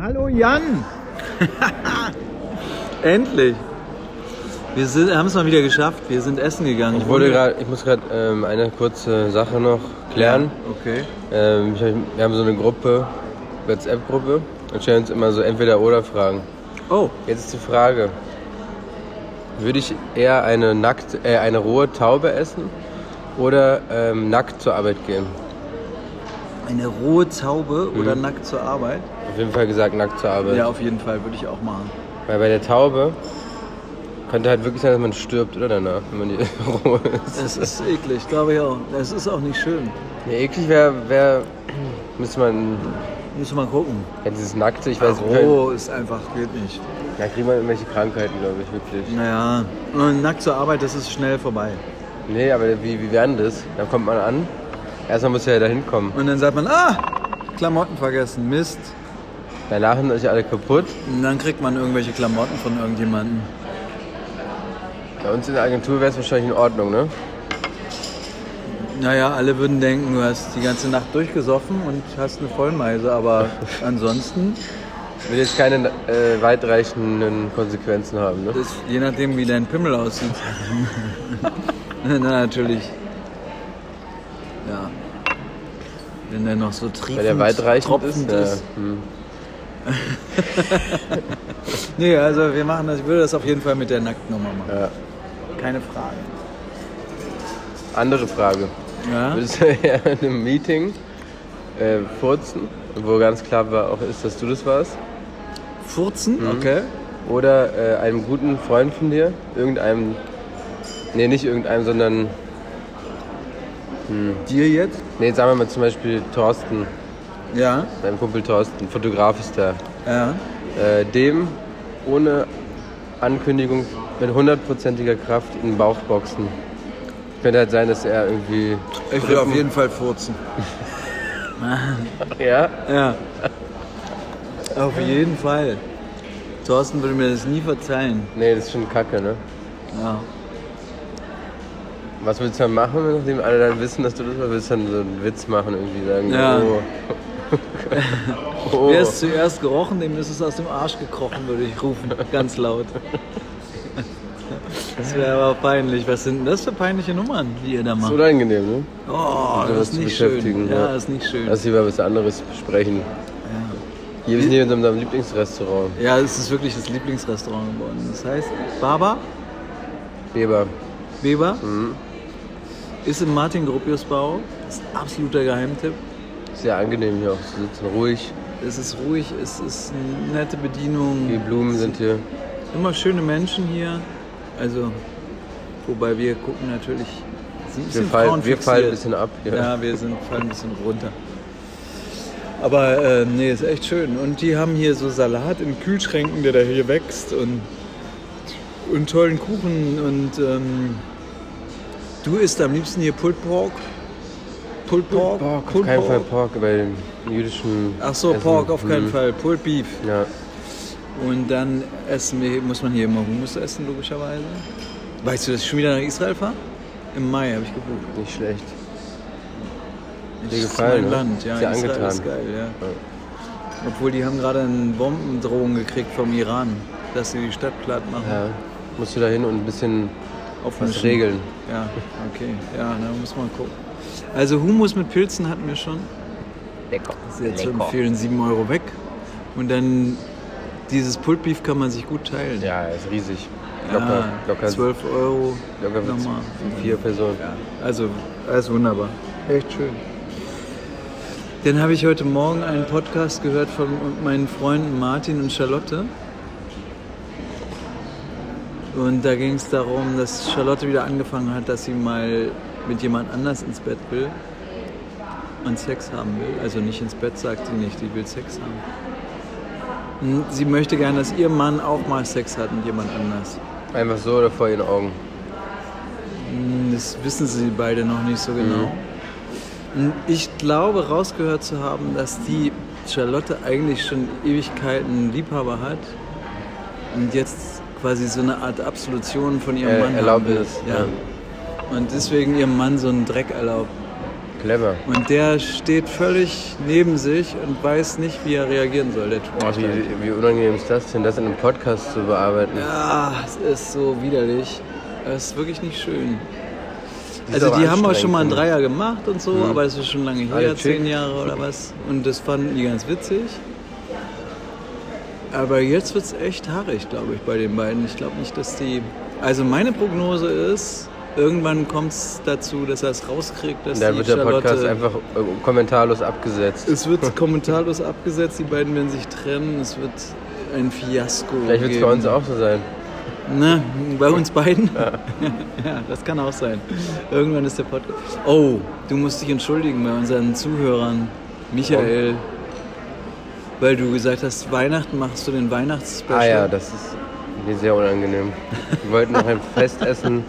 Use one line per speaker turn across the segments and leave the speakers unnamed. Hallo Jan!
Endlich! Wir haben es mal wieder geschafft. Wir sind essen gegangen.
Ich, wurde grad, ich muss gerade ähm, eine kurze Sache noch klären.
Okay.
Ähm, ich, hab- wir haben so eine Gruppe, WhatsApp-Gruppe, und stellen uns immer so entweder oder Fragen.
Oh,
Jetzt ist die Frage: Würde ich eher eine, nackt, äh, eine rohe Taube essen oder ähm, nackt zur Arbeit gehen?
eine rohe Taube oder
Mhm.
nackt zur Arbeit?
Auf jeden Fall gesagt, nackt zur Arbeit.
Ja, auf jeden Fall würde ich auch machen.
Weil bei der Taube könnte halt wirklich sein, dass man stirbt, oder danach, wenn man die roh ist.
Es ist eklig, glaube ich auch. Es ist auch nicht schön.
Ja, eklig wäre, wär, müsste man,
Müssen wir mal gucken.
ja, dieses Nackte, ich weiß nicht,
Roh ist einfach, geht nicht.
da kriegt man irgendwelche Krankheiten, glaube ich, wirklich.
Naja, und nackt zur Arbeit, das ist schnell vorbei.
Nee, aber wie, wie wäre denn das? Da kommt man an, erstmal muss ja da hinkommen.
Und dann sagt man, ah, Klamotten vergessen, Mist.
Danach sind euch alle kaputt.
Und dann kriegt man irgendwelche Klamotten von irgendjemandem.
Bei uns in der Agentur wäre es wahrscheinlich in Ordnung, ne?
Naja, alle würden denken, du hast die ganze Nacht durchgesoffen und hast eine Vollmeise, aber ansonsten,
Will jetzt keine äh, weitreichenden Konsequenzen haben, ne?
ist, je nachdem wie dein Pimmel aussieht. Na natürlich. Ja. Wenn der noch so triefend,
Weil der weitreichend ist.
tropfend
Ja. Hm.
Nee, also wir machen das, ich würde das auf jeden Fall mit der Nacktnummer machen.
äh, Ja.
Keine Frage.
Andere Frage.
Ja?
Würdest du eher in einem Meeting äh, furzen, wo ganz klar war, auch ist, dass du das warst?
Furzen? Okay.
Oder äh, einem guten Freund von dir, irgendeinem, nee, nicht irgendeinem, sondern,
Dir jetzt?
nee, sagen wir mal zum Beispiel Thorsten,
Ja.
dein Kumpel Thorsten, Fotograf ist der,
Ja.
äh, dem ohne Ankündigung mit hundertprozentiger Kraft in den Bauch boxen. Könnte halt sein, dass er irgendwie.
Ich will auf jeden Fall furzen.
Ja?
Ja. Auf jeden Fall. Thorsten würde mir das nie verzeihen.
Nee, das ist schon kacke, ne?
Ja.
Was willst du dann machen, nachdem alle dann wissen, dass du das warst? Willst du dann so einen Witz machen, irgendwie sagen,
Ja.
oh. oh.
Wer es zuerst gerochen, dem ist es aus dem Arsch gekrochen, würde ich rufen, ganz laut. Das wäre aber peinlich. Was sind denn das für peinliche Nummern, die ihr da
ist
macht?
unangenehm, ne?
Oh,
sowas
das ist
zu
nicht schön.
beschäftigen,
Ja,
ja. Also-
das ist nicht schön.
Lass lieber was anderes besprechen. Hier, wir sind hier in unserem Lieblingsrestaurant.
Ja, es ist wirklich das Lieblingsrestaurant geworden. Das heißt, Baba
Weber.
Weber
Mhm.
ist im Martin Gropius Bau. Ist ein absoluter Geheimtipp.
Sehr angenehm hier auch zu sitzen. Ruhig.
Es ist ruhig, es ist eine nette Bedienung.
Die Blumen sind hier.
immer schöne Menschen hier. Also, wobei wir gucken natürlich, sind ein
Wir
bisschen
fallen, wir
frauenfixiert.
fallen ein bisschen ab. Hier.
Ja, wir sind, fallen ein bisschen runter. Aber äh, nee, ist echt schön. Und die haben hier so Salat in Kühlschränken, der da hier wächst und, und tollen Kuchen. Und ähm, du isst am liebsten hier Pulled Pork. Pulled Pork?
Pork, auf
Pulled
keinen Fall
Pork.
Pork bei dem jüdischen.
Ach so,
Essen.
Pork auf keinen
Mhm.
Fall. Pulled Beef.
Ja.
Und dann essen wir, muss man hier immer Hummus essen, logischerweise. Weißt du, dass ich schon wieder nach Israel fahre? Im Mai habe ich gebucht.
Nicht schlecht.
Das
Dir
ist
gefallen,
mein
ne?
Land, ja.
Ist dir
Israel
angetan.
ist geil, ja. Obwohl, die haben gerade eine Bombendrohung gekriegt vom Iran, dass sie die Stadt platt machen.
Ja. Musst du da hin und ein bisschen
Aufmischen.
was regeln.
Ja, okay. Ja, da muss man gucken. Also Hummus mit Pilzen hatten wir schon.
Lecker.
Das ist jetzt zu empfehlen, 7 Euro weg. Und dann dieses Pulled Beef kann man sich gut teilen.
Ja, ist riesig. Locker,
ja,
locker,
12 Ah, Euro.
locker wird's
nochmal.
vier Personen.
Ja, also alles wunderbar. Echt schön. Dann habe ich heute Morgen einen Podcast gehört von meinen Freunden Martin und Charlotte. Und da ging es darum, dass Charlotte wieder angefangen hat, dass sie mal mit jemand anders ins Bett will und Sex haben will. Also nicht ins Bett sagt sie nicht, die will Sex haben. Und Sie möchte gerne, dass ihr Mann auch mal Sex hat mit jemand anders.
Einfach so oder vor ihren Augen.
Das wissen sie beide noch nicht so genau. Und Ich glaube, rausgehört zu haben, dass die Charlotte eigentlich schon Ewigkeiten einen Liebhaber hat und jetzt quasi so eine Art Absolution von ihrem
Äh,
Mann haben will.
Erlaubnis,
Ja. Und deswegen ihrem Mann so einen Dreck erlaubt.
Clever.
Und der steht völlig neben sich und weiß nicht, wie er reagieren soll, der
Ach, wie,
Tourstein.
wie unangenehm ist das denn, das in einem Podcast zu bearbeiten?
Ja, Ah, es ist so widerlich. Es ist wirklich nicht schön.
Die ist
Also
auch
die haben auch schon mal einen
anstrengend.
Dreier
Mhm.
gemacht und so, aber das ist schon lange her,
Alle
zehn
chill.
Jahre oder was. Und das fanden die ganz witzig. Aber jetzt wird es echt haarig, glaube ich, bei den beiden. Ich glaube nicht, dass die... Also meine Prognose ist, irgendwann kommt es dazu, dass er es rauskriegt, dass
Dann
die
wird der
Charlotte...
Podcast einfach äh, kommentarlos abgesetzt.
Es wird kommentarlos abgesetzt, die beiden werden sich trennen, es wird ein Fiasko
Vielleicht wird es
geben.
bei uns auch so sein.
Ne, bei uns beiden? Ja. das kann auch sein. Irgendwann ist der Podcast. Oh, du musst dich entschuldigen bei unseren Zuhörern. Michael. Weil du gesagt hast, Weihnachten machst du den Weihnachtsspecial.
Ah ja, das ist mir sehr unangenehm. Wir wollten noch ein Festessen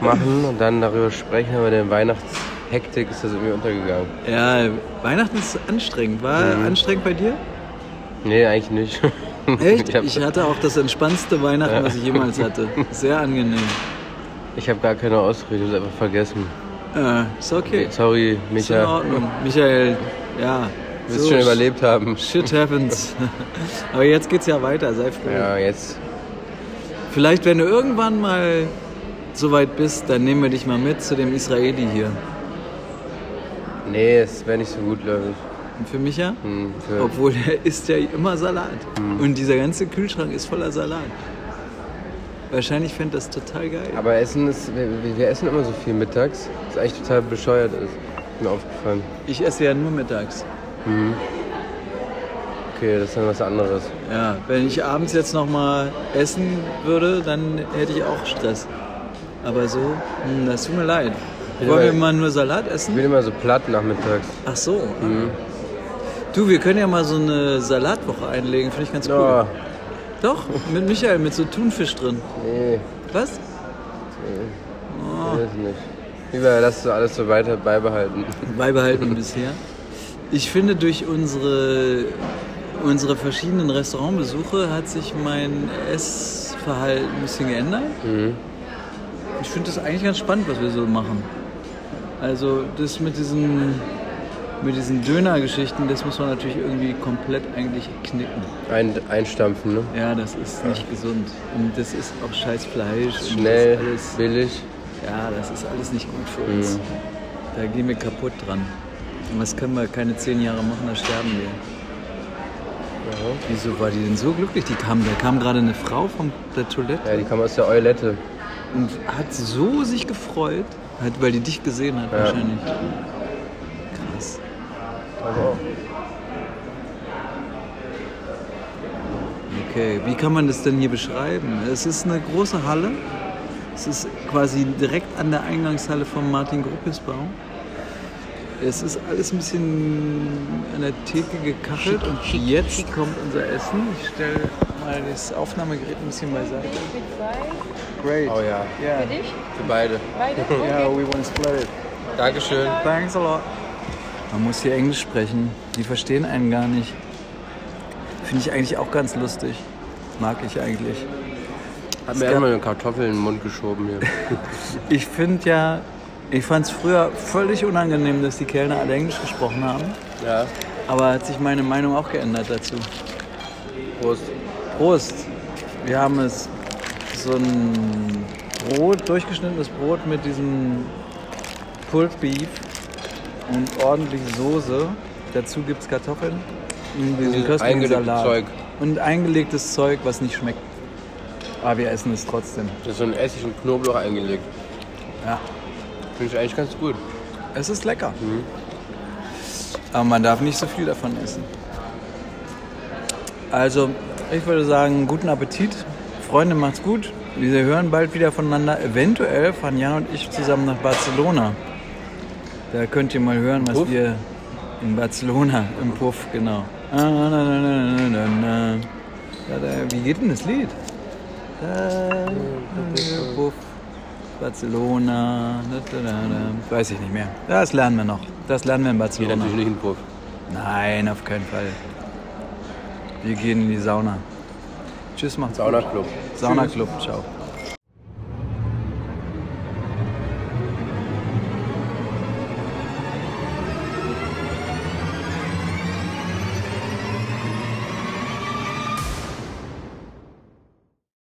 machen und dann darüber sprechen, aber in der Weihnachtshektik ist das irgendwie untergegangen.
ja, Weihnachten ist anstrengend. War anstrengend bei dir?
Nee, eigentlich nicht.
Echt?
Mhm. Ich habe
ich hatte auch das entspannste Weihnachten, was ich jemals hatte. Sehr angenehm.
hab gar keine Ausrede, ich hab's einfach vergessen.
Äh, ist okay.
Sorry,
Ist in
Micha.
Ordnung. Michael, ja.
Du wirst schon überlebt haben.
Shit happens. Aber jetzt geht's ja weiter, sei froh.
Ja, jetzt.
Vielleicht, wenn du irgendwann mal so weit bist, dann nehmen wir dich mal mit zu dem Israeli hier.
Nee, es wäre nicht so gut, glaube ich.
Und für mich ja?
Hm, für-
Obwohl, der isst ja immer Salat.
Mhm.
Und dieser ganze Kühlschrank ist voller Salat. Wahrscheinlich fände das total geil.
Aber Essen ist. Wir, wir- wir essen immer so viel mittags, was eigentlich total bescheuert ist. Ist mir aufgefallen.
Ich esse ja nur mittags.
Okay, das ist dann was anderes.
Ja, wenn ich abends jetzt noch mal essen würde, dann hätte ich auch Stress. Aber so, hm, das tut mir leid.
Ja,
Wollen wir
aber-
mal nur Salat
Ich
essen?
bin immer so platt nachmittags.
Ach so.
Mhm.
Du, wir können ja mal so eine Salatwoche einlegen, finde ich ganz cool.
Ja,
Doch, mit Michael, mit so Thunfisch drin.
nee,
Was?
weiß nicht. Lieber lass du alles so weiter beibehalten.
Beibehalten bisher. Ich finde, durch unsere, unsere verschiedenen Restaurantbesuche hat sich mein Essverhalten ein bisschen geändert. Ich finde das eigentlich ganz spannend, was wir so machen. Also das mit diesen, mit diesen Döner-Geschichten, das muss man natürlich irgendwie komplett eigentlich knicken.
Ein, einstampfen, ne?
Ja, das ist nicht gesund. Und das ist auch scheiß Fleisch. und
Schnell,
Das ist alles
billig.
Ja, das ist alles nicht gut für uns. Da gehen wir kaputt dran. Und was können wir keine zehn Jahre machen, da sterben wir. Wieso war die denn so glücklich? Die kam, da kam gerade eine Frau von der Toilette
Ja, die kam aus der Eulette.
und hat so sich gefreut, halt, weil die dich gesehen hat wahrscheinlich. Krass. Okay, wie kann man das denn hier beschreiben? Es ist eine große Halle. Es ist quasi direkt an der Eingangshalle vom Martin Gruppesbau. Es ist alles ein bisschen an der Theke gekachelt und jetzt kommt unser Essen. Ich stelle mal das Aufnahmegerät ein bisschen beiseite.
Mit zwei,
Great.
Oh ja,
für dich,
für beide.
beide. Okay.
we want to split it.
Dankeschön.
Thanks a lot. Man muss hier Englisch sprechen. Die verstehen einen gar nicht. Finde ich eigentlich auch ganz lustig. Mag ich eigentlich.
Hat
Es
mir
gab-
einmal eine Kartoffel in den Mund geschoben hier.
Ich finde ja, ich fand es früher völlig unangenehm, dass die Kellner alle Englisch gesprochen haben.
ja,
Aber hat sich meine Meinung auch geändert dazu.
Prost.
Prost! Wir haben es so ein Brot, durchgeschnittenes Brot mit diesem Pulled Beef und ordentlich Soße. Dazu gibt es Kartoffeln und diesen
Dieses
köstlichen
eingelegte
Salat.
Zeug.
Und eingelegtes Zeug, was nicht schmeckt. Aber wir essen es trotzdem.
Das ist so ein Essig und Knoblauch eingelegt.
Ja.
Finde ich eigentlich ganz gut.
Es ist lecker. Aber man darf nicht so viel davon essen. Also, ich würde sagen, guten Appetit. Freunde, macht's gut. Wir hören bald wieder voneinander. Eventuell fahren Jan und ich zusammen nach Barcelona. Da könnt ihr mal hören, was
Puff?
wir in Barcelona im Puff, genau. Ah, na, na, na, na, na, na. Da, da, Wie geht denn das Lied? Da, Puff. Barcelona. Da, da, da, da. Weiß ich nicht mehr. Das lernen wir noch. Das lernen wir in
Geht
Barcelona.
natürlich nicht in den Puff.
Nein, auf keinen Fall. Wir gehen in die Sauna. Tschüss, macht's gut.
Saunaclub.
Sauna Club, ciao.